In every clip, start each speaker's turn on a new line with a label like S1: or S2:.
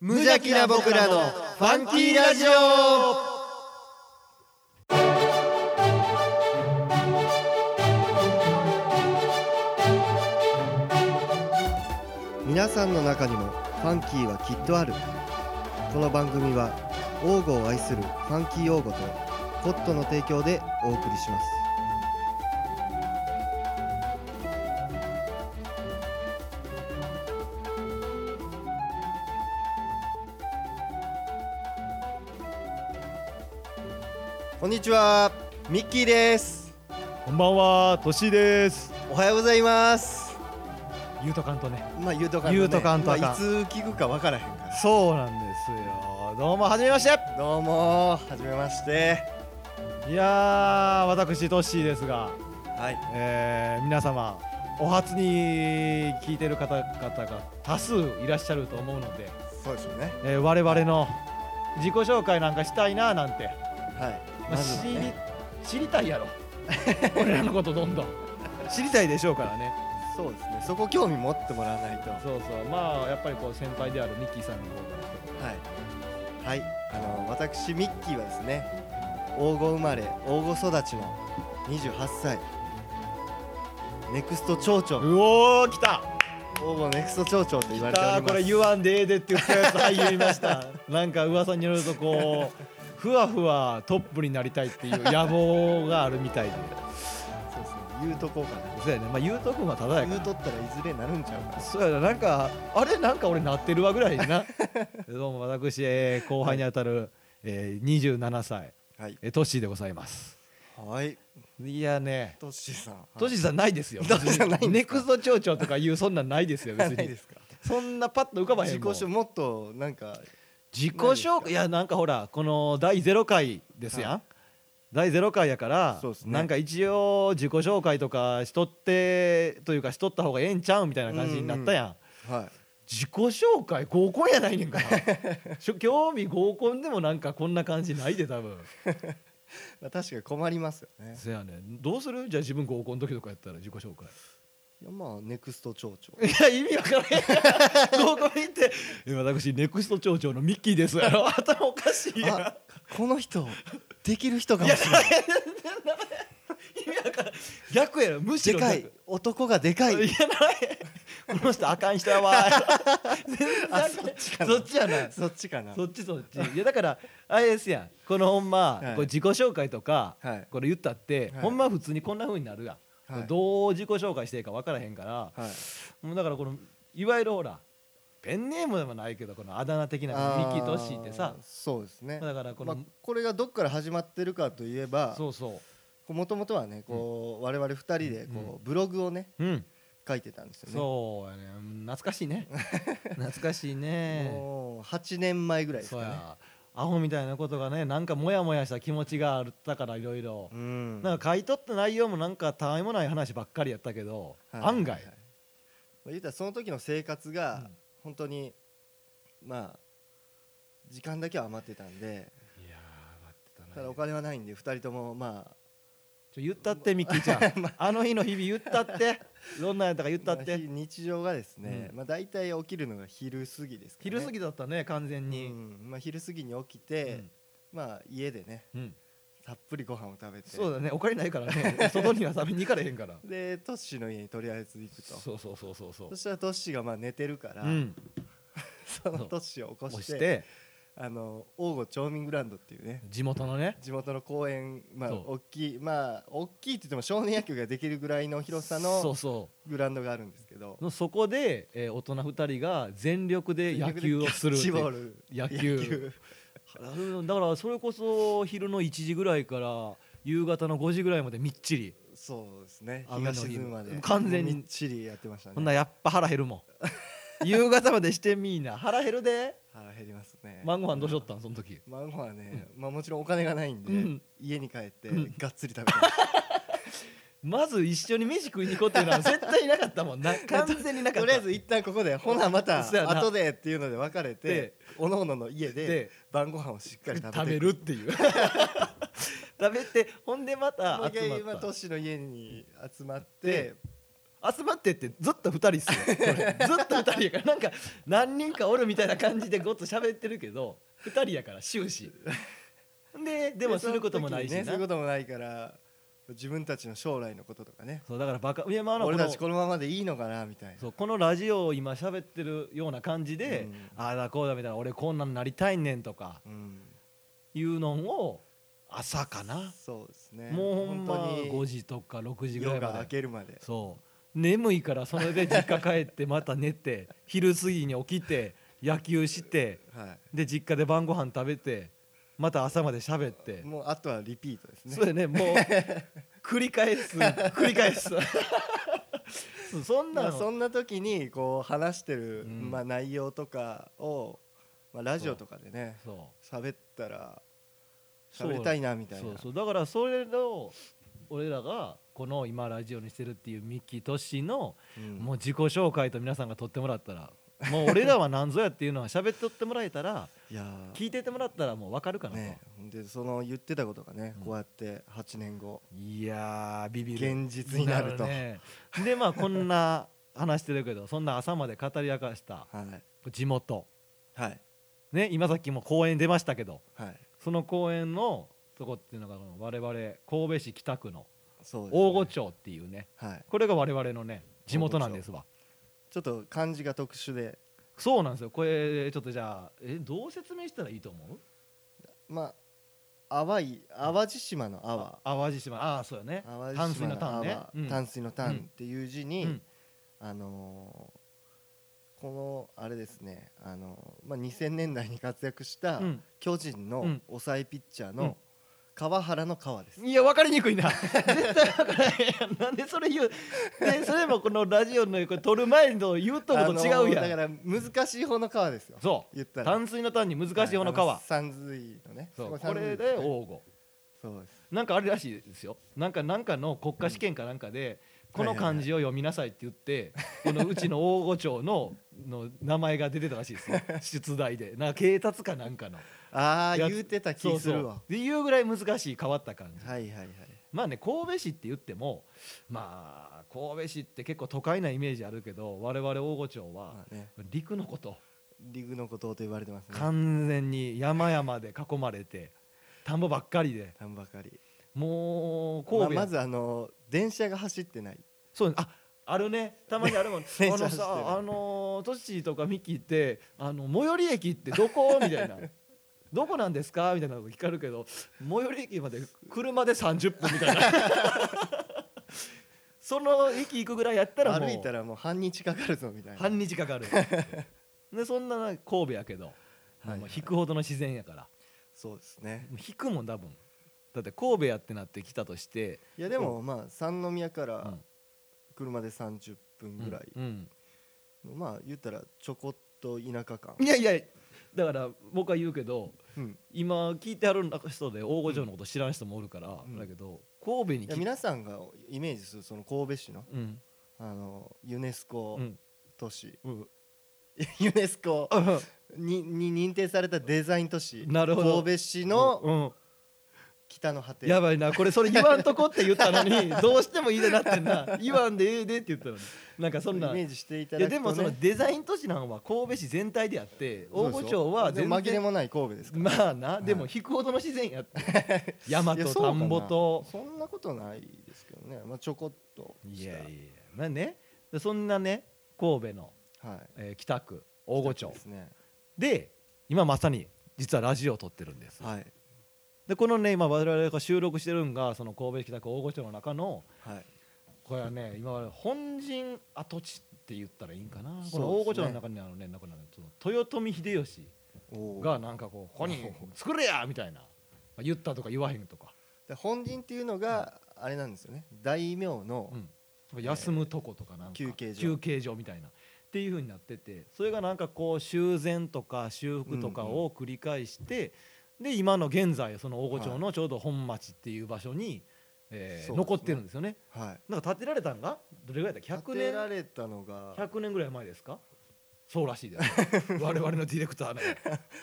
S1: 無邪気な僕らのファンキーラジオ皆さんの中にもファンキーはきっとあるこの番組は王語を愛するファンキー王語とコットの提供でお送りしますこんにちはミッキーです
S2: こんばんは、としです。
S1: おはようございます
S2: ゆうとかんとね。
S1: まあ言うとかんと
S2: 言うとかんとあかん
S1: まあいつ聞くかわからへんから
S2: そうなんですよ。どうも、はじめまして。
S1: どうもはじめまして
S2: いやー、私、としですが、
S1: はい
S2: えー、皆様、お初に聞いてる方々が多数いらっしゃると思うので、
S1: そうですよね
S2: えー、我々の自己紹介なんかしたいななんて、
S1: はい
S2: まあ
S1: まずは
S2: 知り
S1: ね
S2: 知りたい やろ。俺らのことどんどん。知りたいでしょうからね。
S1: そうですねそこ興味持ってもらわないとは
S2: そうそう。まあ、やっぱりこう、先輩であるミッキーさんの方から。
S1: いはいあの私ミッキーはですね黄金生まれ黄金育ちの28歳ネクスト町長
S2: うおー、来た
S1: 黄金ネクスト町長と言われておりま
S2: あ
S1: す
S2: ーこれ言わんでええでって言ったやつ俳優いました なんか噂によるとこうふわふわトップになりたいっていう野望があるみたいで
S1: そうですね言うとこうかな
S2: そうやねまあ優斗君はただやか
S1: 言うと
S2: ら
S1: ったらいずれなるんちゃうかな
S2: そうやななんかあれなんか俺なってるわぐらいにな どうも私、えー後輩にあたる、えー、27歳、
S1: はい
S2: えー、トッシーでございます
S1: はい
S2: いやね
S1: トッシーさん
S2: トッシーさんないですよ
S1: トッシーさんないんですか
S2: ネクスト町長とかいうそんなんないですよ別
S1: ないで
S2: に
S1: すか
S2: そんなパッと浮かばへん
S1: 自己
S2: もん
S1: 紹もっとなんか
S2: 自己紹介いやなんかほらこの第0回ですやん、第0回やから、
S1: そうですね
S2: なんか一応自己紹介とかしとってというかしとった方がええんちゃうみたいな感じになったやん、
S1: は
S2: 自己紹介合コンやないねんから しょ興味合コンでもなんかこんな感じないで多分
S1: い、まあ、確かに困りますよね
S2: そやねんどうするじゃあ自分合コンの時とかやったら自己紹介
S1: いやまあネクスト町長
S2: いや意味わからへんから合コン行ってえ私ネクスト町長のミッキーですや ろ頭おかしいやん
S1: あこの人できる人かもしれない
S2: 逆やろむし
S1: で
S2: ろ
S1: か
S2: 逆
S1: い男がでかい
S2: いやないこの人あかん人やわ
S1: あ
S2: そ
S1: そ
S2: っ
S1: っ
S2: ち
S1: ち
S2: か
S1: か
S2: な
S1: な
S2: そっちやな
S1: そっちかな
S2: そっちそっちいやだからあれですやんこのほんま、
S1: はい
S2: こう自己紹介とか、
S1: はい
S2: これ言ったって、
S1: はい
S2: ほんま普通にこんな風になるやん、
S1: はい
S2: どう自己紹介していいか分からへんから、
S1: はい
S2: もうだからこのいわゆるほらペンネームでもないけどこのあだ名的なミッキートッシーってさ
S1: あーそうですね
S2: だからこ
S1: ま
S2: の、
S1: あ、これがどっから始まってるかといえば
S2: そうそ
S1: もともとはねこう、我々二人でこう、ブログをね
S2: ううん
S1: 書いてたんですよね
S2: そうやね懐かし いね懐かしいね
S1: もう8年前ぐらいです
S2: そう
S1: かね
S2: やアホみたいなことがねなんかモヤモヤした気持ちがあったからいろいろ
S1: うん
S2: なんか買い取った内容もなんかたわいもない話ばっかりやったけど、
S1: はい
S2: 案外、
S1: はいまあ、言ったらその時の生活が本当に、まあ時間だけは余ってたんで
S2: いやー待
S1: ただお金はないんで2人ともまあ
S2: ちょ言ったってミッキー ちゃん、あの日の日々言ったってどんなんやったか言ったっ
S1: まあ
S2: て
S1: 日日常がですね、
S2: う
S1: まあ、大体起きるのが昼過ぎですか、ね、
S2: 昼過ぎだったね完全
S1: に、
S2: に、
S1: まあ、昼過ぎに起き
S2: う
S1: て、
S2: ん
S1: まあ家でね
S2: うん
S1: たっぷりご飯を食べて
S2: そうだねお金ないからね外には食べに行かれへんから
S1: でトッシーの家にとりあえず行くとそ
S2: そうそうそうそうそう
S1: したらトッシーがまあ寝てるから、
S2: うん
S1: そのトッシーを起こ
S2: そ
S1: し
S2: してて
S1: あの王吾チョーミングランドっていうね
S2: 地元のね
S1: 地元の公園まあ
S2: そう
S1: 大きいまあ大きいって言っても少年野球ができるぐらいの広さ
S2: そ
S1: の
S2: うそう
S1: グラウンドがあるんですけど
S2: のそこで、えー大人2人が全力で野球をするって
S1: キャッチ
S2: いう
S1: ボール
S2: 野球うんだからそれこそ昼の1時ぐらいから夕方の5時ぐらいまでみっちり、
S1: そうですね
S2: 雨
S1: 日
S2: の
S1: が
S2: 日
S1: 沈むまで
S2: 完全に
S1: みっちりやってました
S2: ほんな
S1: ね
S2: らやっぱ腹減るも ん夕方までしてみーな腹減るで
S1: 腹減りますね
S2: 晩ご飯どうしよったんその時
S1: 晩ご飯はねまあもちろんお金がないん
S2: うん
S1: で家に帰って
S2: うん
S1: がっつり食べ てました
S2: まず一緒に飯食いに行こうっていうのは絶対なかったも んな完全になかった
S1: とりあえず一旦ここでほなまた
S2: そうやな
S1: 後でっていうので別れて
S2: で
S1: おのおのの家
S2: で
S1: で晩ご飯をしっかり食
S2: 食
S1: べて
S2: べるって いう食べてほんでまた
S1: もう一
S2: 集
S1: 回
S2: ま
S1: 今
S2: った
S1: トシの家に集まって
S2: 集まってってずっと2人っすよこれずっと2人やからなんか何人かおるみたいな感じでごっと喋ってるけど2人やから終始ででもすることもないし
S1: ね
S2: な
S1: することもないから自分たちの将来のこととかね
S2: そうだからバカいやまああの
S1: 俺
S2: この
S1: たちこのままでいいのかなみたいな
S2: そうこのラジオを今喋ってるような感じで、
S1: うん
S2: ああだこうだみたいな俺こんなんなりたいねんとか
S1: うん
S2: いうのを朝かな、
S1: そうですね
S2: もうほんま
S1: 本当
S2: 5
S1: に
S2: 時とか6時ぐら
S1: 夜
S2: い
S1: が
S2: ま
S1: 明
S2: で
S1: けるまで
S2: そう眠いからそれで実家帰ってまた寝て昼過ぎに起きて野球して
S1: は
S2: で実家で晩ご飯食べてまた朝まで喋って
S1: いもうあとはリピートですね
S2: そうやねもう繰り返す繰り 返すそうそんな
S1: ま
S2: の、
S1: あ、そんな時にこう話してる、
S2: うん
S1: まあ、内容とかを、まあ、ラジオとかでね
S2: そう
S1: 喋ったら
S2: そう
S1: 喋りたいなみたいな
S2: そうそうだからそれを俺らがこの今ラジオにしてるっていうミッキー・トシの
S1: うん
S2: もう自己紹介と皆さんが取ってもらったらもう俺らは何ぞやっていうのは喋っとってもらえ たら
S1: いやー
S2: 聞いててもらったらもう分かるかなと、
S1: ねでその言ってたことがね、
S2: うん
S1: こうやって8年後
S2: いやービビる
S1: 現実になると
S2: ねでまあこんな話してるけどそんな朝まで語り明かした
S1: はい
S2: 地元
S1: はい
S2: ね今さっきも公園出ましたけど
S1: はい
S2: その公園のとこっていうのがこの我々神戸市北区の
S1: そうですね
S2: 大御町っていうね
S1: はい
S2: これが我々のね地元なんですわ
S1: ちょっと漢字が特殊で
S2: そうなんですよこれちょっとじゃあえどう説明したらいいと思う
S1: まあ淡い淡路島の淡
S2: 淡路島ああそうよね
S1: 淡
S2: 淡
S1: 路
S2: 水
S1: 島
S2: の淡ね
S1: 淡
S2: うん
S1: 淡水の淡
S2: うん
S1: っていう字
S2: う
S1: に、
S2: ん
S1: あのーこのあれですね、あのーまあ、2000年代に活躍した
S2: うん
S1: 巨人
S2: う
S1: の
S2: ん
S1: 抑えピッチャー
S2: うん
S1: の川原の川です、
S2: いや分かりにくいな絶対分からへんなんでそれ言う でそれもこのラジオのこれ撮る前の言うと
S1: あ
S2: こ
S1: の
S2: と
S1: ー
S2: 違うやん、
S1: だから難しい方の川ですよ
S2: そ
S1: 言った
S2: う
S1: ら
S2: 淡水の淡に難しい方の川、
S1: はいあの三髄のね
S2: そう
S1: まあ
S2: こ
S1: 三
S2: れ
S1: 髄
S2: で
S1: ね
S2: 王語
S1: そうです
S2: なんかあれらしいですよなんかなんかの国家試験かなんかで、この漢字を読みなさいって言って、このうちの大御町のの名前が出てたらしい ですよ出題でなんか警察かなんかの
S1: ああ
S2: やつ
S1: 言うてた気するわ
S2: でいうぐらい難しい変わった感じ、
S1: はいはいはい
S2: まあね神戸市って言ってもまあ神戸市って結構都会なイメージあるけど我々大御町は
S1: まあね
S2: 陸のこと
S1: リグのことと言われてますね
S2: 完全に山々で囲まれて田んぼばっかりで
S1: 田んばかり
S2: も
S1: ま
S2: う
S1: あ
S2: 神戸や
S1: まずあのー電車が走ってない
S2: そうああるねたまにあ るもんあ
S1: 電車走
S2: の
S1: ってる
S2: さあのートッシーとかミッキーってあの最寄り駅って どこみたいなどこなんですかみたいなこと聞かれるけど最寄り駅まで車で30分み たいなその駅行くぐらいやったらもう
S1: 歩いたらもう半日かかるぞみたいな
S2: 半日かかる でそんなな神戸やけど、
S1: いはい
S2: もう引くほどの自然やから
S1: そうですね
S2: もう引くもん多分だって神戸やってなってきたとして
S1: いやでもまあ三宮か
S2: う
S1: ら
S2: ん
S1: 車で30分ぐらい、
S2: うん
S1: まあ言ったらちょこっと田舎感
S2: うん、いやいやだから僕は言うけど
S1: うん
S2: 今聞いてある人で大御所のこと知らん人もおるから、
S1: うん
S2: だけど神戸に
S1: いや
S2: 来て、
S1: 皆さんがイメージするその神戸市の
S2: うん
S1: あのユネスコ
S2: うん
S1: 都市、
S2: うん
S1: ユネスコ
S2: あ
S1: にに認定されたデザイン都市
S2: なるほど
S1: 神戸市の北の果
S2: う
S1: て
S2: ん、やばいなこれそれ言わんとこって言ったのにどうしてもいいでなってんな言わんでええでって言ったのになんかそんな
S1: イメ
S2: い
S1: ージしていただ
S2: や
S1: くと、ね、
S2: でもそのデザイン都市なんは神戸市全体であって
S1: そう
S2: 大
S1: でしょ
S2: 御町は
S1: で
S2: 全
S1: も紛れ
S2: 然
S1: もない神戸ですから
S2: まあなでも
S1: はい
S2: 引くほどの自然やって 山
S1: いや
S2: と
S1: そう
S2: 田
S1: かなん
S2: ぼと
S1: そんなことないですけどね、まあ、ちょこっと
S2: い
S1: した
S2: やいやいやまあねでそんなね神戸の、
S1: はい
S2: えー北区大御町
S1: ですね
S2: で今まさに実はラジオを撮ってるんです、
S1: はい
S2: でこのね今我々が収録してるんがその神戸北区大御所の中の
S1: はい
S2: これはね今は本陣跡地って言ったらいいんかな、
S1: そうです
S2: こ
S1: ね
S2: の大御所の中にあのねなんかねその豊臣秀吉
S1: おー
S2: がなんかこう「ここに作れや!」みたいな言ったとか言わへんとか、
S1: で本陣っていうのがあれなんですよね大名の
S2: うん休むとことかなんか
S1: 休憩所
S2: 休憩所みたいなっていう風になっててそれがなんかこう修繕とか修復とかを繰り返して、で今の現在その大御町のちょうど本町っていう場所に、
S1: そう
S2: えー
S1: ですね
S2: 残ってるんですよね。
S1: はい
S2: なんか建てられたんがどれぐらいだっけ
S1: 建
S2: 100
S1: てら
S2: 年
S1: れたのが
S2: 100年ぐらい前ですかそうらしいです 我々のディレクターね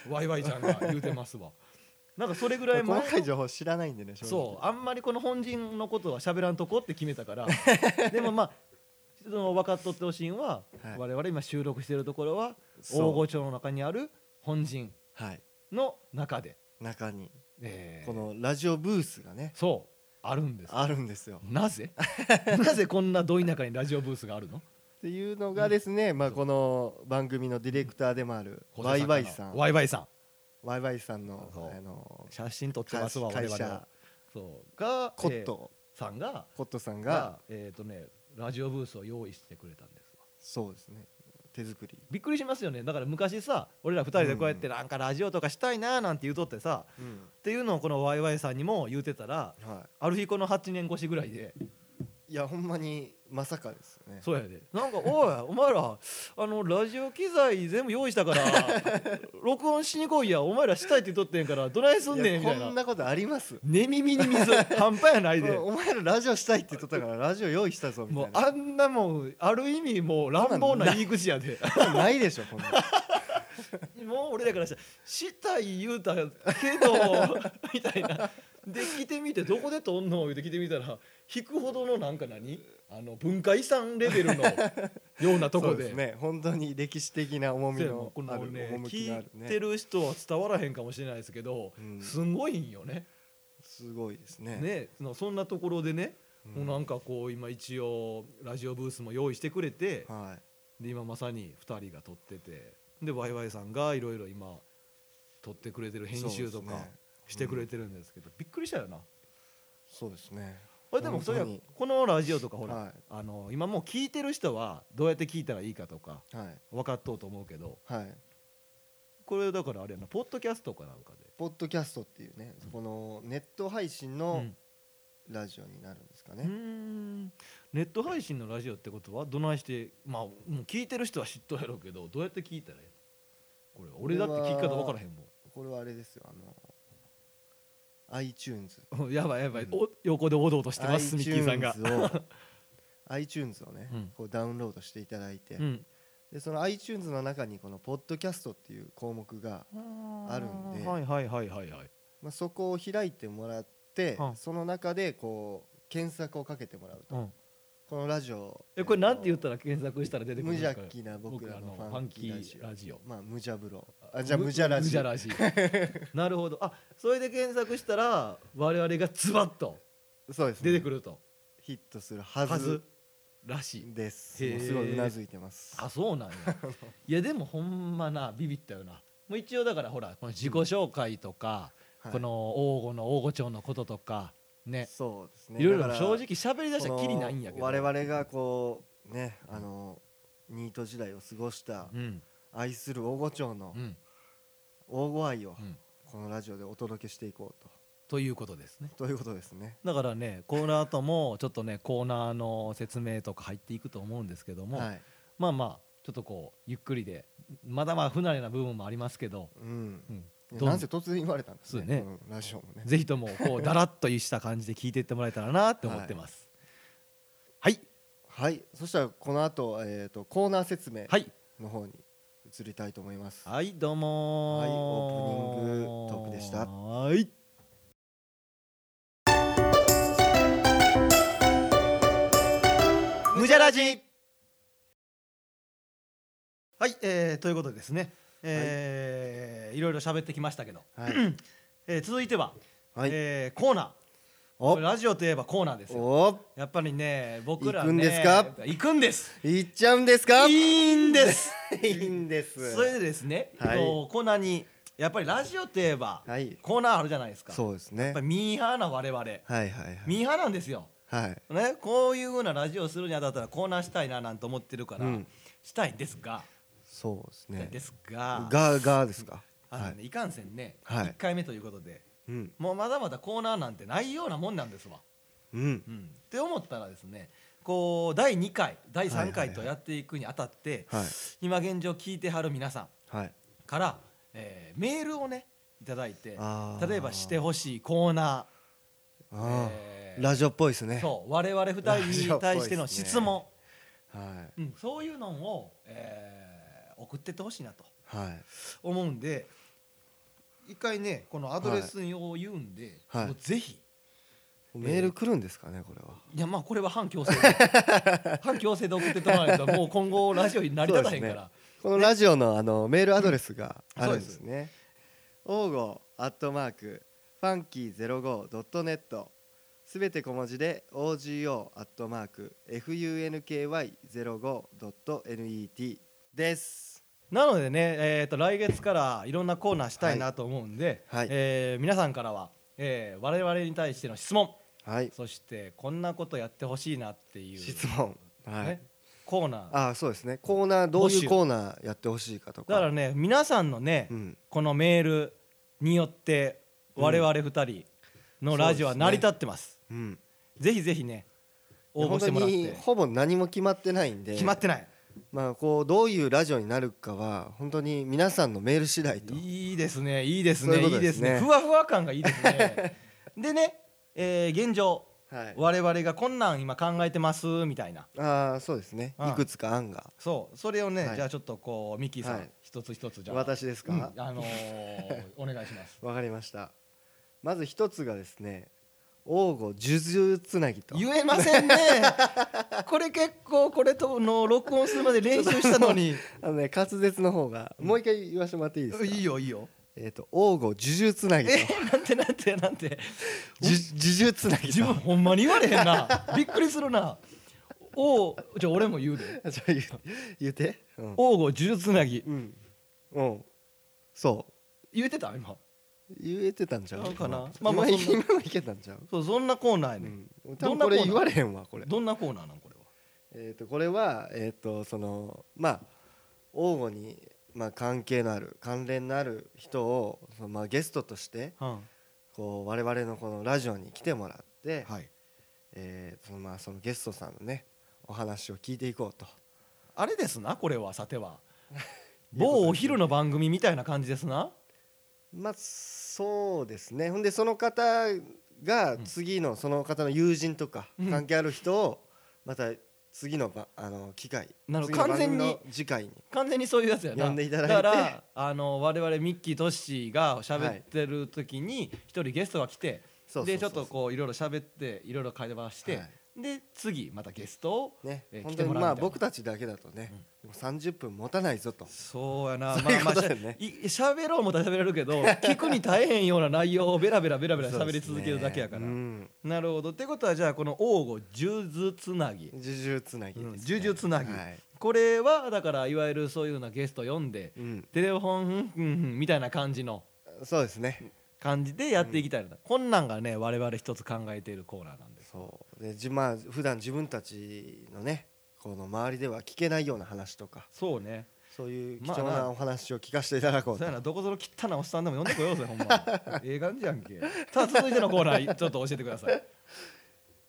S2: ワイワイちゃんが言うてますわなんかそれぐらい
S1: 細
S2: 前
S1: かい情報知らないんでね正直
S2: そうあんまりこの本人のことは喋らんとこって決めたからでもまあその分かっとってほしいんは、
S1: はい
S2: 我々今収録しているところは
S1: そう
S2: 大御町の中にある本陣
S1: はい
S2: の中で、
S1: 中に
S2: えー
S1: このラジオブースがね
S2: そうあるんです
S1: あるんですよ
S2: なぜなぜこんなど田舎にラジオブースがあるの
S1: っていうのがですね、まあ、この番組のディレクターでもあるワイワイさん
S2: ワイワイさん
S1: ワイワイさんの
S2: そう
S1: あの
S2: 写真撮って
S1: 会
S2: ますわ我
S1: 会
S2: 々は
S1: 社
S2: そうが
S1: コット、
S2: えーさんが
S1: コットさんが
S2: がえっ、とねラジオブースを用意してくれたんですわ
S1: そうですね手作り、
S2: びっくりしますよねだから昔さ俺ら二人でこうやってなんかラジオとかしたいなーなんて言うとってさっていうのをこのワイワイさんにも言うてたら
S1: は
S2: ある日この8年越しぐらいで
S1: い、いやほんまにまさかですよね
S2: そうやでなんか「おい お前らあのラジオ機材全部用意した から録音しに来いやお前らしたいって言っとってんからどないすん
S1: い
S2: ね
S1: や
S2: ん」みたい
S1: こ
S2: なん
S1: なことあります
S2: 寝耳に水半端やない で
S1: お前らラジオしたいって言っとったからラジオ用意したぞみ
S2: も
S1: た
S2: う
S1: いな
S2: あんなもんある意味もう乱暴な言い口やで
S1: ないでしょこん な
S2: もう俺らからしたら「したい言うたけ ど」みたいな。で来てみてどこで撮んの言うて来てみたら引くほどのなんか何あの文化遺産レベ ルのようなと
S1: そ
S2: こ
S1: うで
S2: です
S1: ね本当に歴史的な重み
S2: そうや
S1: の
S2: この
S1: ある
S2: ね
S1: 趣のあ
S2: 聞
S1: る
S2: いて
S1: ね
S2: る人は伝わらへんかもしれないですけど、
S1: うん
S2: すごいんよね
S1: すごいですね
S2: ねそのそんなところでね、
S1: う
S2: もうなんかこう今一応ラジオブースも用意してくれて、
S1: はい
S2: で今まさに2人が撮っててでワイワイさんがいろいろ今撮ってくれてる編集と
S1: そうで
S2: か
S1: すね
S2: してくれてるんですけどびっくりしたよな。
S1: そうですね
S2: あれでもそれは
S1: 本
S2: このラジオとかほら、
S1: はい
S2: あの今もう聞いてる人はどうやって聞いたらいいかとか
S1: 当にはい
S2: 分かっとうと思うけど
S1: はい
S2: これだからあれやなポッドキャストかなんかで。
S1: ポッドキャストっていうねこのネット配信
S2: う
S1: の
S2: ん
S1: ラジオになるんですか
S2: うー
S1: ね
S2: んネット配信のラジオってことはどないしてまあもう聞いてる人は知っとるやろうけどどうやって聞いたらいいのこれ俺だって聞き方分からへんもん
S1: これはあれですよあの iTunes
S2: うんやばいやばい、
S1: うん
S2: お横でおどおどしてますミッキーさんが
S1: iTunes を iTunes をね
S2: うん
S1: こうダウンロードしていただいて
S2: うん
S1: でその iTunes の中にこの「ポッドキャスト」っていう項目が、あるんで
S2: はいはいはいはいはい
S1: まあ、そこを開いてもらって
S2: うん
S1: その中でこう検索をかけてもらうと
S2: うん
S1: このラジオ
S2: えこれなんて言った
S1: ら
S2: ら検索したら出てくる
S1: 無
S2: んで
S1: 邪
S2: すか
S1: 気な僕らの
S2: 僕
S1: フ
S2: らの
S1: ァンキ
S2: ファンキ
S1: ー
S2: ー
S1: ラ
S2: ラ
S1: ジ
S2: ジ
S1: オ
S2: オ
S1: まあ無茶風呂あじゃあ無茶ラジ
S2: 無
S1: オ
S2: 邪ラ ジなるほどあそれで検索したら我々がズバッと
S1: そうですね
S2: 出てくると
S1: ヒットするは
S2: はず
S1: ず
S2: らしい
S1: です
S2: へー
S1: もうすごいうなずいてます
S2: あそう なんやいやでもほんまなビビったよなもう一応だからほらこの自己紹介とか、
S1: はい
S2: この王吾の王吾町のこととかね
S1: そうですね
S2: いろいろ
S1: だから
S2: 正直喋りだしたら
S1: こ
S2: き
S1: の
S2: りないんやけど
S1: 我々がこうねあのニート時代を過ごした
S2: うん
S1: 愛する大御町の
S2: うん
S1: 大御愛を
S2: うん
S1: このラジオでお届けしていこう
S2: ということですね
S1: とということですね
S2: だからねこの後もちょっとねコーナーの説明とか入っていくと思うんですけども、
S1: はい
S2: まあまあちょっとこうゆっくりでまだまだ不慣れな部分もありますけど、
S1: うん
S2: うん、どん
S1: なんせ突然言われたんです
S2: そう
S1: ね
S2: ね
S1: このラジオもね
S2: ぜひともこうだらっとした感じで聞いていってもらえたらなって思ってます。はい、
S1: はいそしたらこの後えーとコーナー説明
S2: はい
S1: の方に移りたいと思います
S2: はいどうも
S1: はいオープニングトークでした
S2: はい無邪ラジはい、えー、ということでですね、えーい、ろいろ喋ってきましたけど、
S1: はい
S2: えー、続いては、
S1: はい
S2: えーコーナーこ
S1: お
S2: れラジオといえばコーナーですよ
S1: お
S2: やっぱりね僕らね
S1: 行くんですか
S2: 行くんです
S1: 行っちゃうんですか
S2: いいんです
S1: いいんです
S2: それでですね、
S1: はい
S2: こうコーナーにやっぱりラジオといえば、
S1: はい
S2: コーナーあるじゃないですか
S1: そうですね
S2: やっぱりミーハーな我々、
S1: はいはいはい
S2: ミーハーなんですよ、
S1: はい
S2: ね、こういうふうなラジオをするにあたったらコーナーしたいななんて思ってるから、
S1: うん
S2: したいんですが、
S1: そうですね
S2: ですが
S1: ガーガーですか
S2: あのね、
S1: はい
S2: かんせんね、
S1: はい
S2: 1回目ということで
S1: いうん
S2: もうまだまだコーナーなんてないようなもんなんですわ。
S1: うん
S2: うん、って思ったらですねこう第2回第3
S1: はいはい
S2: 回
S1: はい
S2: とやっていくにあたって、
S1: はい
S2: 今現状聞いてはる皆さん
S1: はい
S2: から、えーメールをねいただいて
S1: あー
S2: 例えばしてほしいコーナ
S1: あ
S2: え
S1: あ
S2: ー
S1: ラジオっぽいですね
S2: ーそう我々2人に対しての質問、
S1: はい
S2: うん、そういうのを、えー送ってってほしいなと
S1: はい
S2: 思うんで一回ねこのアドレスを言うんで、
S1: はい
S2: もうぜひ
S1: メール来るんですかねこれはい
S2: やまあこれは反強制 で反強制で送ってとらないともう今後ラジオに成り立たへんから、
S1: このラジオのあのメールアドレスがあるんで
S2: そ
S1: すね王吾アットマークファンキー 05.net すべて小文字で OGO アットマーク FUNKY05.net です
S2: なのでね、えー、と来月からいろんなコーナーしたいなと思うんで、
S1: はい
S2: えー皆さんからは、えー我々に対しての質問
S1: はい
S2: そしてこんなことやってほしいなっていう、
S1: 質問はい、
S2: ね、コーナー
S1: あそうですねコーナーどういうコーナーやってほしいかとか
S2: だからね皆さんのね、
S1: うん
S2: このメールによって我々二人のラジオは成り立ってます,、
S1: うん
S2: ぜひぜひね応募してもらっ
S1: 本当
S2: て
S1: にほぼ何も決まってないんで
S2: 決まってない
S1: まあこうどういうラジオになるかは本当に皆さんのメール次第と
S2: いいですねいいです
S1: そう
S2: ね
S1: いう
S2: い
S1: こと
S2: いです
S1: で
S2: ね
S1: すね
S2: ふわふわ感がいいですね でね、えー現状
S1: はい
S2: 我々がこんなん今考えてますみたいな
S1: ああそうですね
S2: うん
S1: いくつか案が
S2: そうそれをね、
S1: はい
S2: じゃあちょっとこうミッキーさん、
S1: はい
S2: 一つ一つじゃあ
S1: 私です
S2: うん
S1: か
S2: あのーお願いします
S1: わかりましたまず一つがですね王吾数珠つなぎと
S2: 言えませんね これ結構これとの録音するまで練習したの に
S1: あのね滑舌の方がもう一回言わせてもらっていいですか
S2: いいよいいよ
S1: えっと王吾数珠つなぎと
S2: えなんてなんてなんて
S1: 数珠つなぎ
S2: 自
S1: と
S2: 分ほんまに言われへん なびっくりするなおうじゃあ俺も言うで
S1: じゃあ言う言うてうん
S2: 王吾呪術つなぎ
S1: うんうんそう
S2: 言えてた今
S1: 言えてたんちゃう
S2: そうかなま
S1: まあま
S2: あまあ
S1: あ
S2: そん
S1: 今
S2: な
S1: のいけたんちゃう
S2: そうそんなコーナーや
S1: う
S2: ね、
S1: ん多
S2: どん
S1: 分こ
S2: なコ
S1: れ
S2: ーナー
S1: 言われへんわこれ
S2: どんなコーナーなんこれは
S1: えっ、とこれはえっ、とそのまあ王吾にまあ関係のある関連のある人をそのまあゲストとして
S2: は
S1: こう我々のこのラジオに来てもらって、
S2: はい、
S1: えーそのまあそのゲストさんのねお話を聞いていこうと
S2: あれですなこれはさ ては某お昼の番組みたいな感じですな
S1: まあそうですねほんでその方が次のその方の友人とか
S2: うん
S1: 関係ある人をまた次のばあの機会
S2: なるほど
S1: 次の番組
S2: 完
S1: の
S2: 全
S1: 次回に
S2: 完全にそういうやつやな
S1: 呼んでいただいて
S2: からあの我々ミッキーとッシーが喋ってる時に一人ゲストが来て、
S1: そうそうそうそう
S2: でちょっとこういろいろ喋っていろいろ会話して、
S1: はい
S2: で次またゲストを、
S1: ね
S2: えー来
S1: 本
S2: て
S1: 当に
S2: もらうみたいな
S1: まあ僕たちだけだとね、もう30分持たないぞと
S2: そうやな
S1: そういうことだよね
S2: まあまあしゃい喋ろうもたら喋れるけど聞くに大変ような内容をベラベラベラベラ喋り続けるだけやから、
S1: そうですね
S2: なるほどってことはじゃあこの「王吾数珠つなぎ」
S1: うん呪術つなぎですね、
S2: うん呪術つなぎ
S1: はい
S2: これはだからいわゆるそういうようなゲスト読んで、
S1: うん、
S2: テレフォンふんふんふんみたいな感じの
S1: そうですね、
S2: 感じでやっていきたいな、こんなんがね我々一つ考えているコーナーなんです
S1: そうでじまあ普段自分たちのねこの周りでは聞けないような話とか
S2: そうね
S1: そういう貴
S2: まあ
S1: 重なお話を聞かせていただこう
S2: そう
S1: と、
S2: やなどこぞの汚なおっさんでも呼んでこようぜほ んまええ感じやんけさあ続いてのコーナーちょっと教えてください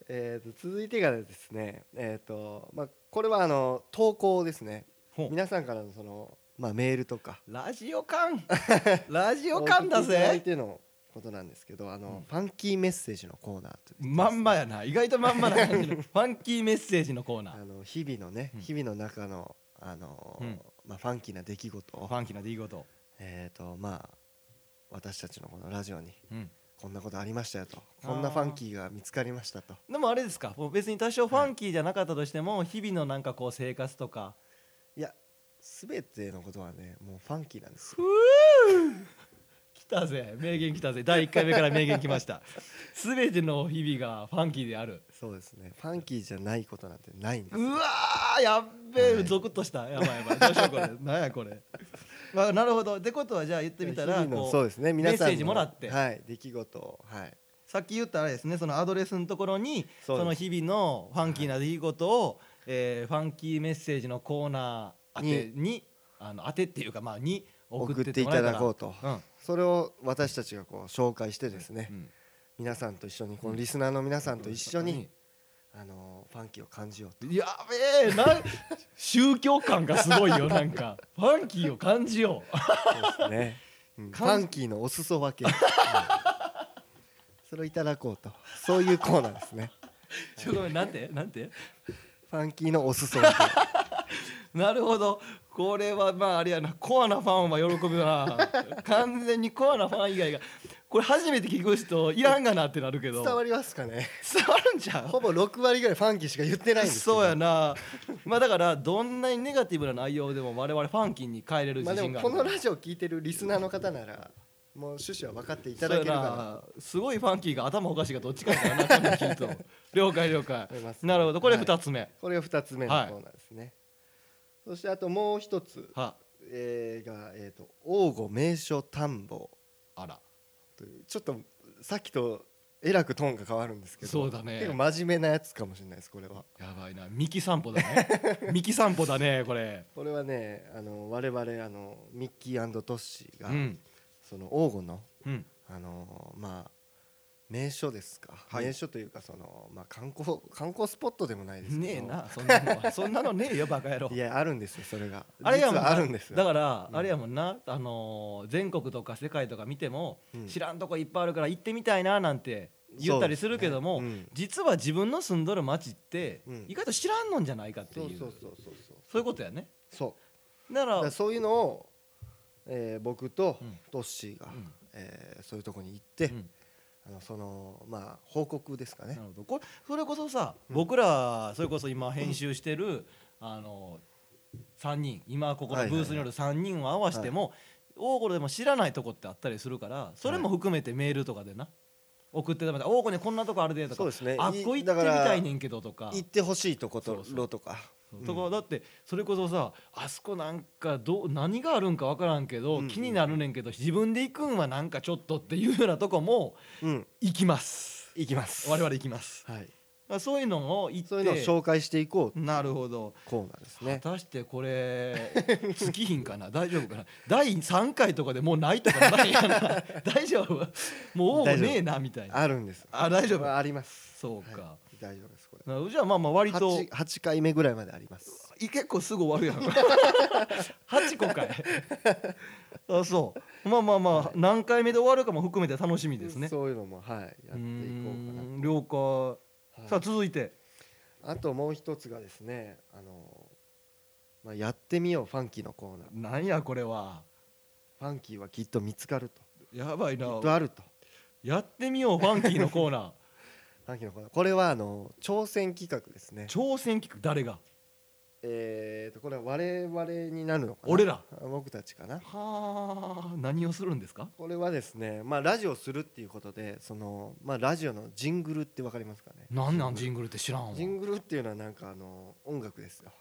S1: えー、と続いてがですねえっ、とまあこれはあの投稿ですね
S2: ほう
S1: 皆さんからのその、まあ、メールとか
S2: ラジオ 感ラジオ感だ
S1: 相
S2: ぜ
S1: 手のことなんですけどあの、ファンキーメッセージのコーナーという
S2: まんまやな意外とまんまな感 じのファンキーメッセージのコーナー
S1: あの日々のね、
S2: うん
S1: 日々の中のあのー
S2: うん
S1: まあファンキーな出来事
S2: フ
S1: を
S2: ァンキーな出来事
S1: えっ、とまあ私たちのこのラジオに
S2: うん
S1: こんなことありましたよと
S2: あー
S1: こんなファンキーが見つかりましたと
S2: でもあれですかもう別に多少ファンキーじゃなかったとしても、日々のなんかこう生活とか
S1: いや全てのことはねもうファンキーなんですよ
S2: 来たぜ名言来たぜ第1回目から名言来ました全ての日々がファンキーである
S1: そうですねファンキーじゃないことなんてないんです
S2: うわーやっべえ、
S1: はい
S2: ゾクッとしたやばいやばいどうしよう これなんやこれ、まあ、なるほどってことはじゃあ言ってみたら
S1: 日々の
S2: こう
S1: そうですね皆さんの
S2: メッセージもらって
S1: はい出来事をはい
S2: さっき言ったあれですねそのアドレスのところに
S1: そう
S2: そ
S1: です
S2: の日々のファンキーな出来事を、えーファンキーメッセージのコーナー宛てにあの当てっていうかまあに送ってってもらえたら
S1: 送っていただこうと
S2: うん
S1: それを私たちがこう紹介してですね、
S2: うん
S1: 皆さんと一緒にこのリスナーの皆さんと一緒に、あのーファンキーを感じようと
S2: やべえな宗教感がすごいよなんかファンキーを感じよう
S1: そうですね。 うんフ
S2: 感じ
S1: ァンキーのお裾分け。うんそれをいただこうと、そういうコーナーですね。
S2: ちょごめんなんてなんて
S1: ファンキーのお裾分け。
S2: なるほどこれはまああれやなコアなファンは喜ぶな完全にコアなファン以外がこれ初めて聞く人いらんがなってなるけど
S1: 伝
S2: 伝わ
S1: わりますかね
S2: るんじゃん
S1: ほぼ6割ぐらいファンキーしか言ってないんですけど
S2: そうやなまあだからどんなにネガティブな内容でも我々ファンキーに変えれる
S1: まあで
S2: 自信
S1: も
S2: があ
S1: こ
S2: る
S1: のラジオ聞いてるリスナーの方ならもう趣旨は分かっていただける
S2: そうや
S1: か
S2: なすごいファンキーが頭おかしいがどっちかやからな聞いと了解了解
S1: 思います
S2: なるほどこれ
S1: はい
S2: 2つ目は
S1: らこれが2つ目のコ
S2: はい
S1: ーナーですね、そしてあともう一つ、えーが、えーと「王吾名所探訪
S2: あら」
S1: というちょっとさっきとえらくトーンが変わるんですけど
S2: そうだね
S1: 結構真面目なやつかもしれないですこれは
S2: やばいなミキ散歩 だねミキ散歩だねこれ
S1: これはねあの我々あのミッキートッシー
S2: う
S1: が、
S2: ん
S1: その王吾の
S2: うん
S1: あのまあ名所ですか、
S2: はい
S1: 名所というかその、まあ、観光観光スポットでもないですけど
S2: ねえなそんなのはそんなのねえよバカ野郎
S1: いやあるんですよそれが
S2: あれやもん
S1: 実
S2: な
S1: はあるんですよ
S2: だから、
S1: うん
S2: あれやもんな、あのー全国とか世界とか見ても、
S1: うん
S2: 知らんとこいっぱいあるから行ってみたいななんて言ったりするけども、
S1: そうですねうん
S2: 実は自分の住んどる町って、
S1: うん
S2: 意外と知らんのんじゃないかって
S1: そ
S2: いうう
S1: そうそうそうそう
S2: そういうことやね
S1: そう
S2: だか
S1: だ
S2: ら
S1: からそういうのを、えー僕と
S2: うん
S1: トッシーが、
S2: うん
S1: えーそういうとこに行って、
S2: うん
S1: あのそのまあ報告ですかね
S2: なるほどこれそれこそさ、僕らそれこそ今編集してる、あの3人今ここのブースによる3人を合わせても、大頃でも知らないとこってあったりするからそれも含めてメールとかでな送ってたまた大頃にこんなとこあるでとか
S1: そうですね
S2: あっこ行って
S1: い
S2: み
S1: だから
S2: たいねんけどとか。
S1: 行ってほしいとこと
S2: そうそう
S1: ろとかうん
S2: とかだってそれこそさあそこなんかどう何があるんか分からんけど、
S1: うん
S2: 気になるねんけど自分で行くんはなんかちょっとっていうようなとこも
S1: うん
S2: 行きます
S1: 行きます
S2: 我々行きます
S1: はい
S2: だからそういうのを行って
S1: そういうのを紹介していこう
S2: なるほど
S1: コーナーです
S2: 果
S1: ね
S2: たしてこれ 尽きひんかな大丈夫かな第3回とかでもうないとかないや な大丈夫もう応募ねえなみたいな
S1: あるんです
S2: あ大丈夫
S1: まああります
S2: そうか
S1: はい大丈夫ですこれ
S2: なじゃあまあまあ割と
S1: 8, 8回目ぐらいまであります
S2: い結構すぐ終わるや ん8個かいあそうまあまあまあ何回目で終わるかも含めて楽しみですね
S1: そういうのもはいやっていこう
S2: う
S1: かな
S2: ーん了解、
S1: はい
S2: さあ続いて
S1: あともう一つがですねあの、まあ、やってみようファンキーのコーナー
S2: なんやこれは
S1: ファンキーはきっと見つかると
S2: やばいな
S1: きっとあると
S2: やってみようファンキーのコーナー
S1: ファンキーのコーナーこれはあの挑戦企画ですね
S2: 挑戦聞く誰が
S1: えー、とこれは我々になるのかな
S2: 俺ら
S1: 僕たちかな
S2: はあ何をするんですか
S1: これはですねまあラジオするっていうことでそのまあラジオのジングルってわかりますかね
S2: なんなんジングルって知らんわ
S1: ジングルっていうのはなんかあの音楽ですよ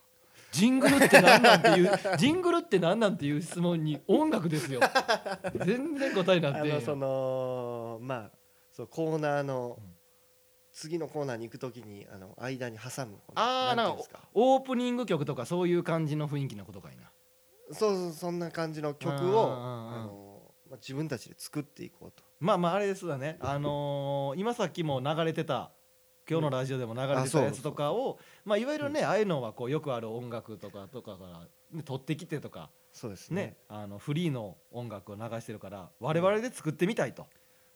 S2: ジングルってなんなんていう ジングルってなんなんていう質問に音楽ですよ全然答えな
S1: あ
S2: って
S1: のそのまあそうコーナーの
S2: うん
S1: 次のコーナーに行くときにあの間に挟むこの
S2: ああー
S1: な
S2: な
S1: ていう
S2: んんか
S1: んですか
S2: オープニング曲とかそういう感じの雰囲気のことかいな
S1: そうそうそんな感じの曲を
S2: あー
S1: あのまあ自分たちで作っていこうと
S2: まあまああれですだねあのー今さっきも流れてた今日のラジオでも流れ
S1: あ
S2: て
S1: そ
S2: た
S1: う
S2: やつとかをまあいわゆるねああいうのはこうよくある音楽とかとかからね取ってきてとか
S1: そうですね
S2: ねあのフリーの音楽を流してるから我々で作ってみたいと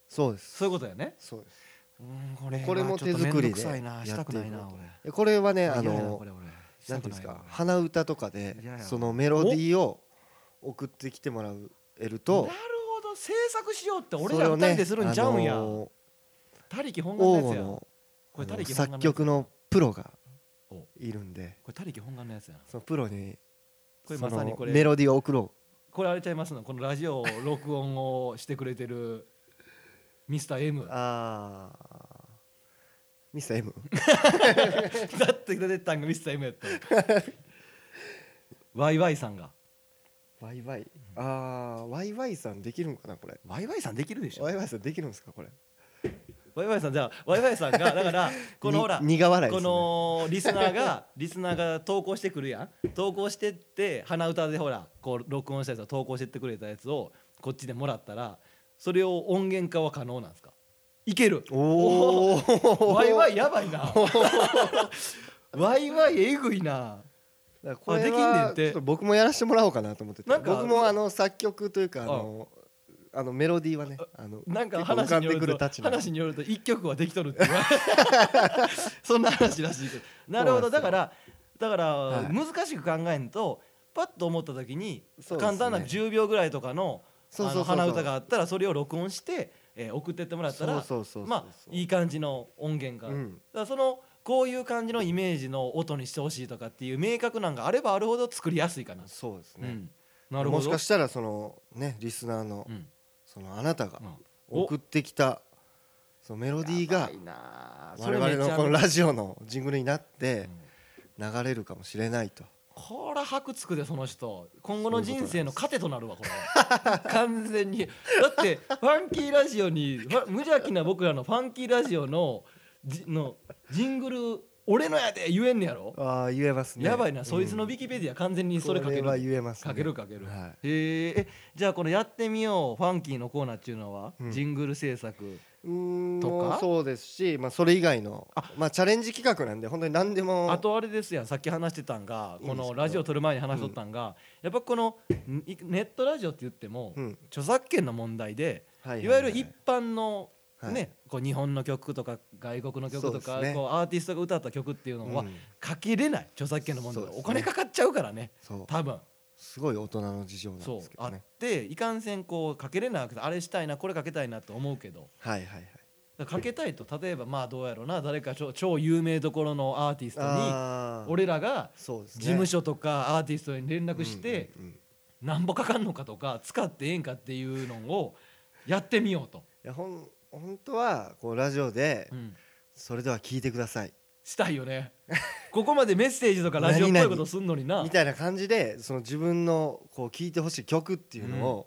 S1: そうです
S2: そういうことだよね
S1: そうです
S2: うんこれ
S1: これも手作りで
S2: やなしたくないな
S1: やっていこう
S2: 俺
S1: でこれはねあ
S2: あの
S1: のなんていうんですか鼻歌とかで
S2: 嫌やわ
S1: そのメロディーを送ってきてもらえる
S2: なる
S1: と
S2: ほど制作しようって俺
S1: それ
S2: ら
S1: を
S2: 二
S1: ね
S2: 人でするんちゃうん
S1: あ
S2: や
S1: の
S2: 他力本願
S1: 王
S2: のや
S1: 吾
S2: つや
S1: の
S2: これ他
S1: あの
S2: 力本願
S1: 作
S2: のやつ
S1: 曲のプロが
S2: おこ
S1: いるんで
S2: れ他力本願のやつやな
S1: そのプロに
S2: これ
S1: そ
S2: まさに
S1: の
S2: こ
S1: メ
S2: れ
S1: ロディーを送ろ
S2: これあれちゃいますのこのラジオ録音をしてくれてるミスター M
S1: う
S2: だ
S1: ああミスター M
S2: って出てったんがミスター M やったワイワイさんが
S1: ワイワイああワイワイさんできるんかなこれ
S2: ワイワイさんできるでしょ
S1: ワイワイさんできるんですかこれ
S2: ワイワイさんじゃあワイワイさんがだからこの
S1: に
S2: ほら
S1: 苦笑いです
S2: こ
S1: ね
S2: のリスナーが リスナーが投稿してくるやん投稿してって鼻歌でほらこう録音したやつを投稿してってくれたやつをこっちでもらったらそれを音源化は可能なんですかいける
S1: おお
S2: ワイワイやば いなワイワイえぐいな
S1: だからこれ
S2: あ
S1: は
S2: できんねんて
S1: ちょっと僕もやらせてもらおうかなと思ってて
S2: なんか
S1: 僕もあの作曲というかあのあのメロディーはねあの
S2: なんか
S1: 結構浮
S2: 話
S1: かん
S2: に
S1: で
S2: よ
S1: くる
S2: る
S1: た
S2: と
S1: ちなんで
S2: 話によると一曲はできと るって言わそんな話らしいけどなるほど
S1: そ
S2: だ
S1: うな
S2: か
S1: んで
S2: らだから、
S1: はい
S2: 難しく考えんとパッと思った時に、
S1: そうですね
S2: 簡単な10秒ぐらいとかの
S1: そうそうそうそう
S2: あの鼻歌があったらそれを録音してえー送ってってもらった
S1: そう
S2: ら
S1: そうそうそう
S2: まあいい感じの音源が、
S1: う
S2: だ
S1: ん
S2: からそのこういう感じのイメージの音にしてほしいとかっていう明確なんがあればあるほど作りやすいかな、
S1: そうです
S2: う
S1: ね、
S2: ん、なるほ
S1: も
S2: ど
S1: しかしたらそのねリスナーの、
S2: うん
S1: そのあなたが
S2: うんお
S1: 送ってきたそのメロディーが
S2: やばいなあそ
S1: 我
S2: れめ
S1: 々
S2: っちゃ
S1: のこのラジオのジングルになっ
S2: う
S1: て
S2: ん
S1: 流れるかもしれないと
S2: こら白つくでその人今後の
S1: そういう
S2: 人
S1: こと
S2: 生
S1: なんです
S2: の糧となるわこ れ完全にだってファンキーラジオにファ無邪気な僕らのファンキーラジオのじのジングル俺のやで言えんねやろ、
S1: ああ言えますね
S2: やばいなそいつの
S1: うん
S2: ウィキペディア完全にそれかけ
S1: こは
S2: る
S1: 言えますね
S2: かけるかける、
S1: は
S2: へええじゃあこの「やってみようファンキー」のコーナーっていうのは、
S1: うん
S2: ジングル制作
S1: うーん
S2: とか
S1: もうそうですし、まあ、それ以外のまあ、チャレンジ企画なんで本当に何でも
S2: あとあれですやんさっき話してたんが
S1: いいん
S2: こ
S1: ですけど
S2: のラジオ撮る前に話しとったんが、やっぱこのんいネットラジオって言っても、
S1: うん
S2: 著作権の問題で
S1: はい
S2: わゆる一般の、
S1: はい
S2: ねこう日本の曲とか外国の曲と
S1: そ
S2: か
S1: うですね
S2: こうアーティストが歌った曲っていうのは、
S1: うん
S2: かけれない著作権の問題で
S1: そうで
S2: お
S1: すね
S2: 金かかっちゃうからね
S1: そう
S2: 多分
S1: すごい大人の事情なん
S2: そう
S1: ですけ
S2: あ
S1: ど
S2: っ
S1: ね
S2: ていかんせんこうかけれなくてあれしたいなこれかけたいなと思うけど。
S1: はいはいはい
S2: だからかけたいと例えばまあどうやろうな誰か超超有名どころのアーティストに
S1: あー
S2: 俺らが
S1: そうですね
S2: 事務所とかアーティストに連絡して
S1: うんうんうんい
S2: なんぼかかんのかとか使ってええんかっていうのをやってみようと、
S1: やほん本当はこうラジオで、
S2: うん
S1: それでは聞いてください
S2: したいよねここまでメッセージとかラジオっぽいことすんのにな
S1: みたいな感じでその自分のこう聞いてほしい曲っていうのを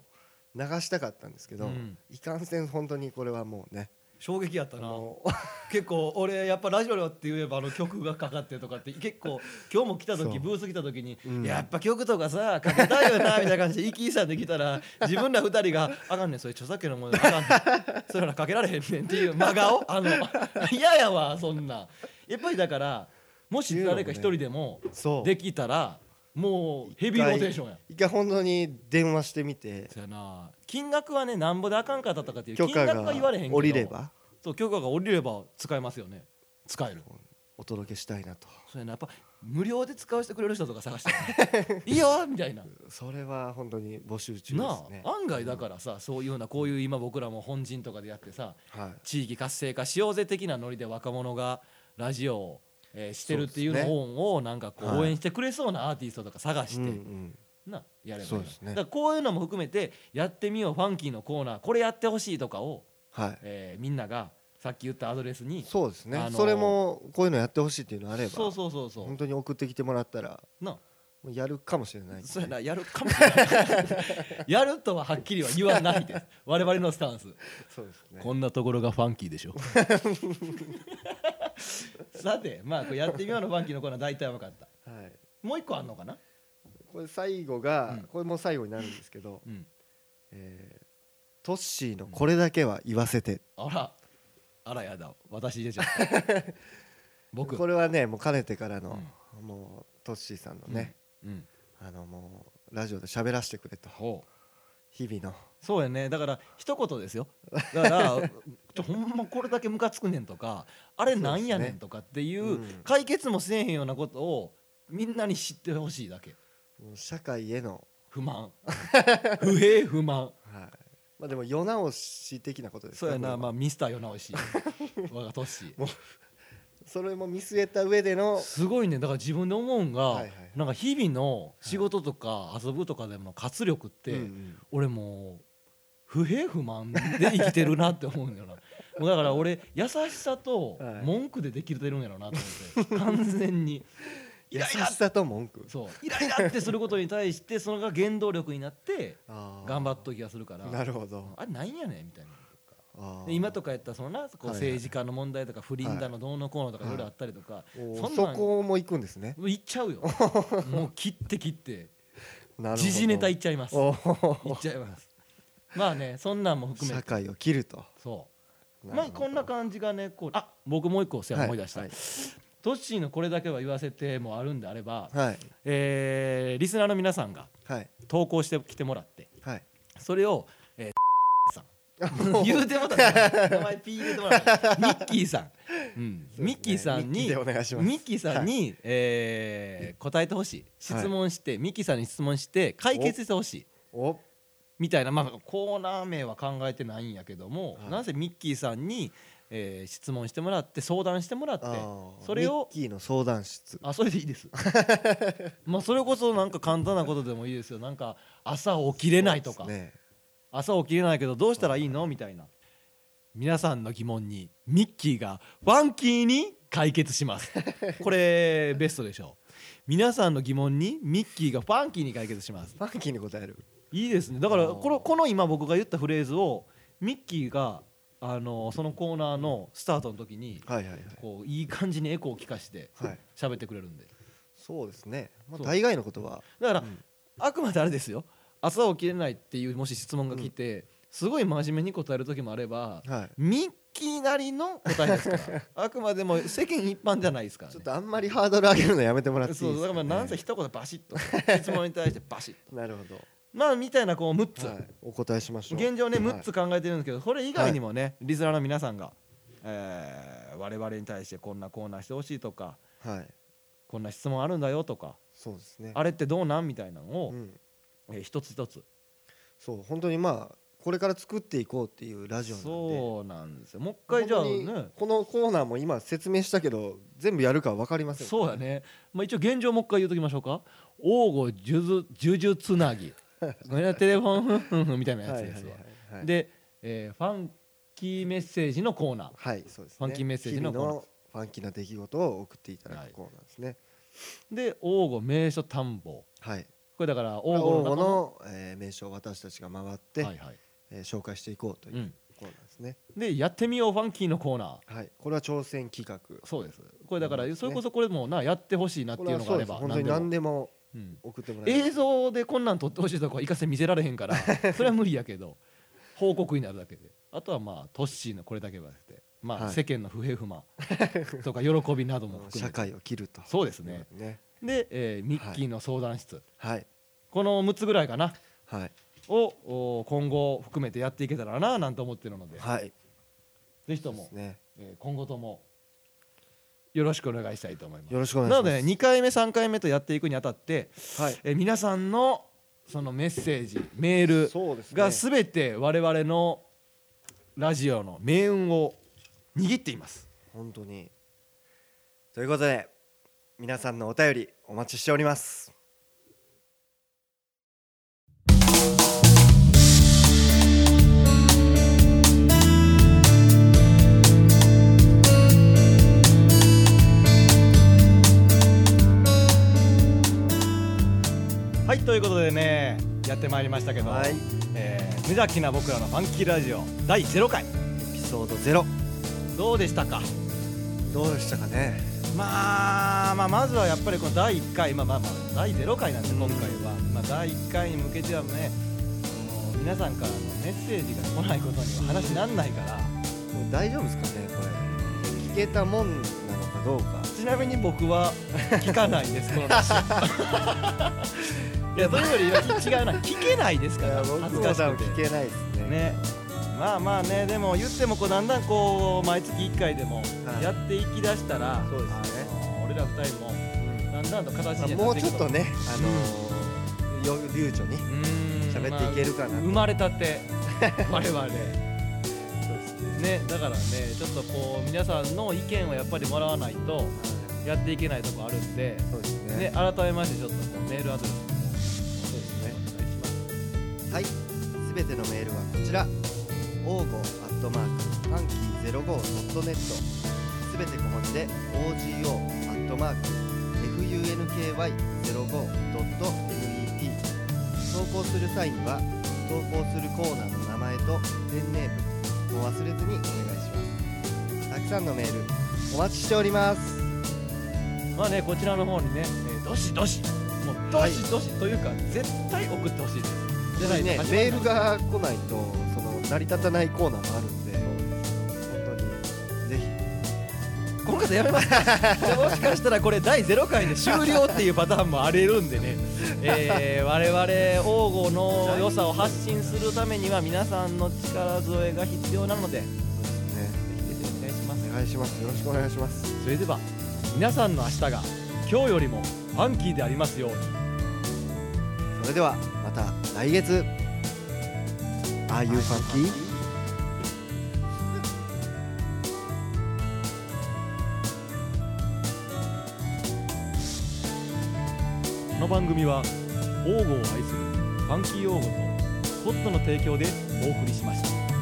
S1: 流したかったんですけど、
S2: うん
S1: いかんせん本当にこれはもうね
S2: 衝撃やったな
S1: も
S2: 結構俺やっぱラジオって言えばあの曲がかかってとかって結構今日も来た
S1: そ
S2: 時
S1: う
S2: ブース来た時に、
S1: うん
S2: やっぱ曲とかさかけたいよなみたいな感じで息さんできたら自分ら二人が「あかんねんそれ著作権のものあかんねんそれらかけられへんねん」っていう 真顔あの嫌やわそんなやっぱりだからもし誰か一人でも
S1: う そう
S2: できたらもうヘビーローテーションや。
S1: 一回本当に電話してみて
S2: そやな金額はねなんぼであかんかったとかっていう
S1: 許
S2: 金
S1: 可
S2: 額
S1: が
S2: は言われへんけど
S1: 降りれば
S2: そう許可が下りれば使えますよね使える
S1: お届けしたいなと
S2: そうやなやっぱ無料で使わせてくれる人とか探して いいよみたいな。
S1: それは本当に募集中で
S2: な
S1: すね
S2: あ案外だからさそういうようなこういう今僕らも本陣とかでやってさ
S1: はい
S2: 地域活性化しようぜ的なノリで若者がラジオを、えーしてるっていう
S1: そうですね
S2: のをなんかこ
S1: はいう
S2: 応援してくれそうなアーティストとか探して、
S1: うんうん
S2: なやればいい
S1: そう
S2: の
S1: ですね
S2: だからこういうのも含めてやってみようファンキーのコーナーこれやってほしいとかを、
S1: はい
S2: えーみんながさっき言ったアドレスに
S1: そうですね、
S2: あのー
S1: それもこういうのやってほしいっていうのあれば
S2: そうそうそうそう
S1: 本当に送ってきてもらったら
S2: なあ
S1: もうやるかもしれないんで
S2: そうやなやるかもしれない やるとははっきりは言わな いです我々のスタンス、
S1: そうですね
S2: こんなところがファンキーでしょ さてまあこれやってみようのファンキーのコーナー大体分かった
S1: はい
S2: もう一個あんのかな、
S1: これ最後が、
S2: うん
S1: これもう最後になるんですけど、
S2: うん、
S1: えートッシーのこれだけは言わせて、
S2: あらあらやだ私出ちゃった 僕
S1: これはねもうかねてからの、
S2: う
S1: もうトッシーさんのね、
S2: うん
S1: あのもうラジオで喋らせてくれと
S2: ほう
S1: 日々の
S2: そうやねだから一言ですよだから ちょほんまこれだけムカつくねんとかあれなんやねんとかっていう
S1: そうですねうん
S2: 解決もせえへんようなことをみんなに知ってほしいだけ
S1: もう社会への、
S2: 不 満不平不満
S1: はいまあ、でも世直し的なことですか
S2: そうやな
S1: これは
S2: まあミスター世 直し我がトッシー
S1: それも見据えた上での
S2: すごいねだから自分で思うんが、
S1: はいはい
S2: なんか日々の仕事とか遊ぶとかでの活力って、
S1: うんうん
S2: 俺もう不平不満で生きてるなって思うん だよなもうだから俺優しさと
S1: はい
S2: 文句でできてるんやろなと思って完全にイ
S1: 優
S2: ラ
S1: し
S2: イラ
S1: さと文句
S2: そうイライラってすることに対してそれが原動力になって頑張
S1: っ
S2: っときがするから
S1: なるほど
S2: あれなんやねんみたいな。
S1: あー
S2: で今とかやったらそのなこう
S1: はいはい
S2: 政治家の問題とか不倫だのどうのこうのとかいろいろあったりとか、
S1: おー
S2: そん
S1: そ
S2: なん
S1: こも行くんですね
S2: いっちゃうよ もう切って切って
S1: なるほど
S2: 時事ネタいっちゃいますい
S1: おー
S2: っちゃいますまあねそんなんも含め
S1: 社
S2: て
S1: 会を切ると
S2: そう
S1: なる
S2: まあ
S1: ほど
S2: こんな感じがねこうあ僕もう一個せや思い出した、
S1: はい
S2: トッシーのこれだけは言わせてもあるんであれば、
S1: はい
S2: えーリスナーの皆さんが
S1: はい
S2: 投稿してきてもらって
S1: はい
S2: それを、えー、さん
S1: もう
S2: 言うてもたな名前 P 入れてもらったミッキーさん、う
S1: そう
S2: ん
S1: ですね
S2: ミッキーさん
S1: ミッキー
S2: に
S1: でお願いします
S2: ミッキーさんに、えー答えてほしい質問して、ミッキーさんに質問して解決してほしい
S1: お
S2: ミみたいな、まあ、コーナー名は考えてないんやけども、
S1: はい
S2: なぜミッキーさんに、えー質問してもらって相談してもらって
S1: あー
S2: それを
S1: ミッキーの相談室
S2: あそれでいいです まあそれこそなんか簡単なことでもいいですよなんか朝起きれないと
S1: そ
S2: か、
S1: うですね
S2: 朝起きれないけどどうしたらいいのみたいな皆さんの疑問にミッキーがファンキーに解決 しますこれベストでしょう皆さんの疑問にミッキーがファンキーに解決します
S1: ファンキーに答える
S2: いいですねだから
S1: あー
S2: このこの今僕が言ったフレーズをミッキーがあのそのコーナーのスタートの時に
S1: はいはいはい
S2: こういい感じにエコーを聞かして
S1: はい
S2: 喋ってくれるんで
S1: そうですね、まあ、
S2: そう
S1: 大概のことは
S2: だから
S1: うん
S2: あくまであれですよ朝起きれないっていうもし質問が来てすごい真面目に答える時もあれば
S1: はい
S2: ミッキーなりの答えですから あくまでも世間一般じゃないですから、ね、
S1: ちょっとあんまりハードル上げるのやめてもらっていいで
S2: そ
S1: す
S2: う
S1: か、
S2: だ
S1: ね、
S2: からまあなんせ一言バシッ と質問に対してバシッと
S1: なるほど
S2: まあみたいなこう6つ、
S1: はい、お答えしましょう
S2: 現状ね
S1: はい
S2: 6つ考えてるんですけどこれ以外にもね、リスナーの皆さんが、えー我々に対してこんなコーナーしてほしいとか
S1: はい
S2: こんな質問あるんだよとか
S1: そうですね
S2: あれってどうなんみたいなのを、
S1: うん、
S2: えー一つ一つ
S1: そう本当にまあこれから作っていこうっていうラジオなんで
S2: そうなんですよもう一回じゃあ
S1: 本当
S2: ね
S1: にこのコーナーも今説明したけど全部やるか分かりません
S2: そうやね、まあ、一応現状もう一回言うときましょうか「王吾呪術つ なぎ」これはテレフォンフンフンフンみたいな
S1: は
S2: や
S1: いはい
S2: つ
S1: はい
S2: ですわ、
S1: はい
S2: で、えーファンキーメッセージのコーナー
S1: はいそうですね
S2: ファンキーメッセージの
S1: 日々のファンキーな出来事を送っていただくコーナーですね
S2: で「王吾名所探訪
S1: はい」
S2: これだから王吾
S1: 応募
S2: の中
S1: の、えー名称を私たちが回って、
S2: はいはい
S1: えー紹介していこうといううんコーナーですね、
S2: で「やってみようファンキー」のコーナー
S1: はいこれは挑戦企画
S2: そうですこれだから
S1: そうですね
S2: それこそこれもなやってほしいなって
S1: こ
S2: い
S1: れ
S2: う
S1: は
S2: の
S1: そ
S2: があ
S1: うで
S2: れ
S1: す
S2: ば
S1: 本当に
S2: 何
S1: 何
S2: でも
S1: でも
S2: うん
S1: 送ってもらえ
S2: 映
S1: る
S2: 像でこんなん撮ってほしいとこは行かせ見せられへんから それは無理やけど報告になるだけであとはまあトッシーのこれだけはってまあ、
S1: はい
S2: 世間の不平 不満とか喜びなども含めて
S1: 社会を切ると
S2: そうですね
S1: ね
S2: で、えーミッキーの相談室、
S1: はい
S2: この6つぐらいかな
S1: はい
S2: をお今後含めてやっていけたらななんて思ってるので、
S1: はい
S2: ぜひと
S1: で
S2: も
S1: す、ね
S2: えー今後ともよろしくお願いしたいと思います
S1: よろしくお願い
S2: な
S1: し
S2: ので
S1: ま
S2: 2回目3回目とやっていくにあたって、
S1: すはい
S2: えー皆さんのそのメッセージメール
S1: そうですね
S2: が全て我々のラジオの命運を握っています
S1: 本当にということで皆さんのお便りお待ちしております
S2: はいということでねやってまいりましたけど、
S1: はいエ
S2: えー無邪気な僕らのファンキーラジオ第0回
S1: ピソードゼロ
S2: どうでしたか
S1: どうでしたかね
S2: まあ、まあまずはやっぱりこの第1回まあまあまあ第0回なんで今回は、まあ、第1回に向けてはねもう皆さんからのメッセージが来ないことには話にならないから
S1: もう大丈夫ですかねこれ聞けたもんなのかどうか
S2: ちなみに僕は聞かないです、こ の話。いや、それより違うな、聞けないですから、恥ずかし
S1: 多分
S2: く
S1: 聞
S2: て。
S1: けないですね
S2: ね、まあまあね、でも言ってもこうだんだんこう毎月1回でも
S1: はい
S2: やっていきだしたら、
S1: そうですね
S2: あの俺ら2人もだんだんと形
S1: まあ
S2: に
S1: も
S2: は
S1: う
S2: な
S1: ちょ
S2: てい
S1: っ
S2: く
S1: とねあのーよ流暢に
S2: うーん
S1: 喋っていけるか
S2: まあ
S1: な
S2: 生まれた て我々ね
S1: そうですね
S2: だからねちょっとこう皆さんの意見をやっぱりもらわないとやっていけないとこあるんで、
S1: そうですね
S2: ね、改めましてちょっとこうメールアドレスの方
S1: そうですね
S2: お願いします
S1: はい、すべてのメールはこちら、o g o アットマーク、ファンキーゼロ五ドットネット。すべて小文字で、O. G. O. アットマーク、F. U. N. K. Y. ゼロ五ドット N. E. T.。投稿する際には、投稿するコーナーの名前とペンネームを忘れずにお願いします。たくさんのメール、お待ちしております。
S2: まあねこちらの方にね、えーどしどしもうど
S1: はい
S2: しどしというか、絶対送ってほしいですじゃないと
S1: ね、
S2: 始まら
S1: メ
S2: ない
S1: ールが来ないと、その成り立たないコーナーもあるんで、本当に、ぜひ。
S2: 今回でやめます もしかしたらこれ第0回で終了っていうパターンもあり得るんでね、え ー、我々王吾の良さを発信するためには皆さんの力添えが必要なのでぜ
S1: ね
S2: ひ出てお願いします
S1: お願いしますよろしくお願いします
S2: それでは皆さんの明日が今日よりもファンキーでありますように
S1: それではまた来月
S3: Are you funky?
S2: この番組は王語を愛するファンキー王語とホットの提供でお送りしました。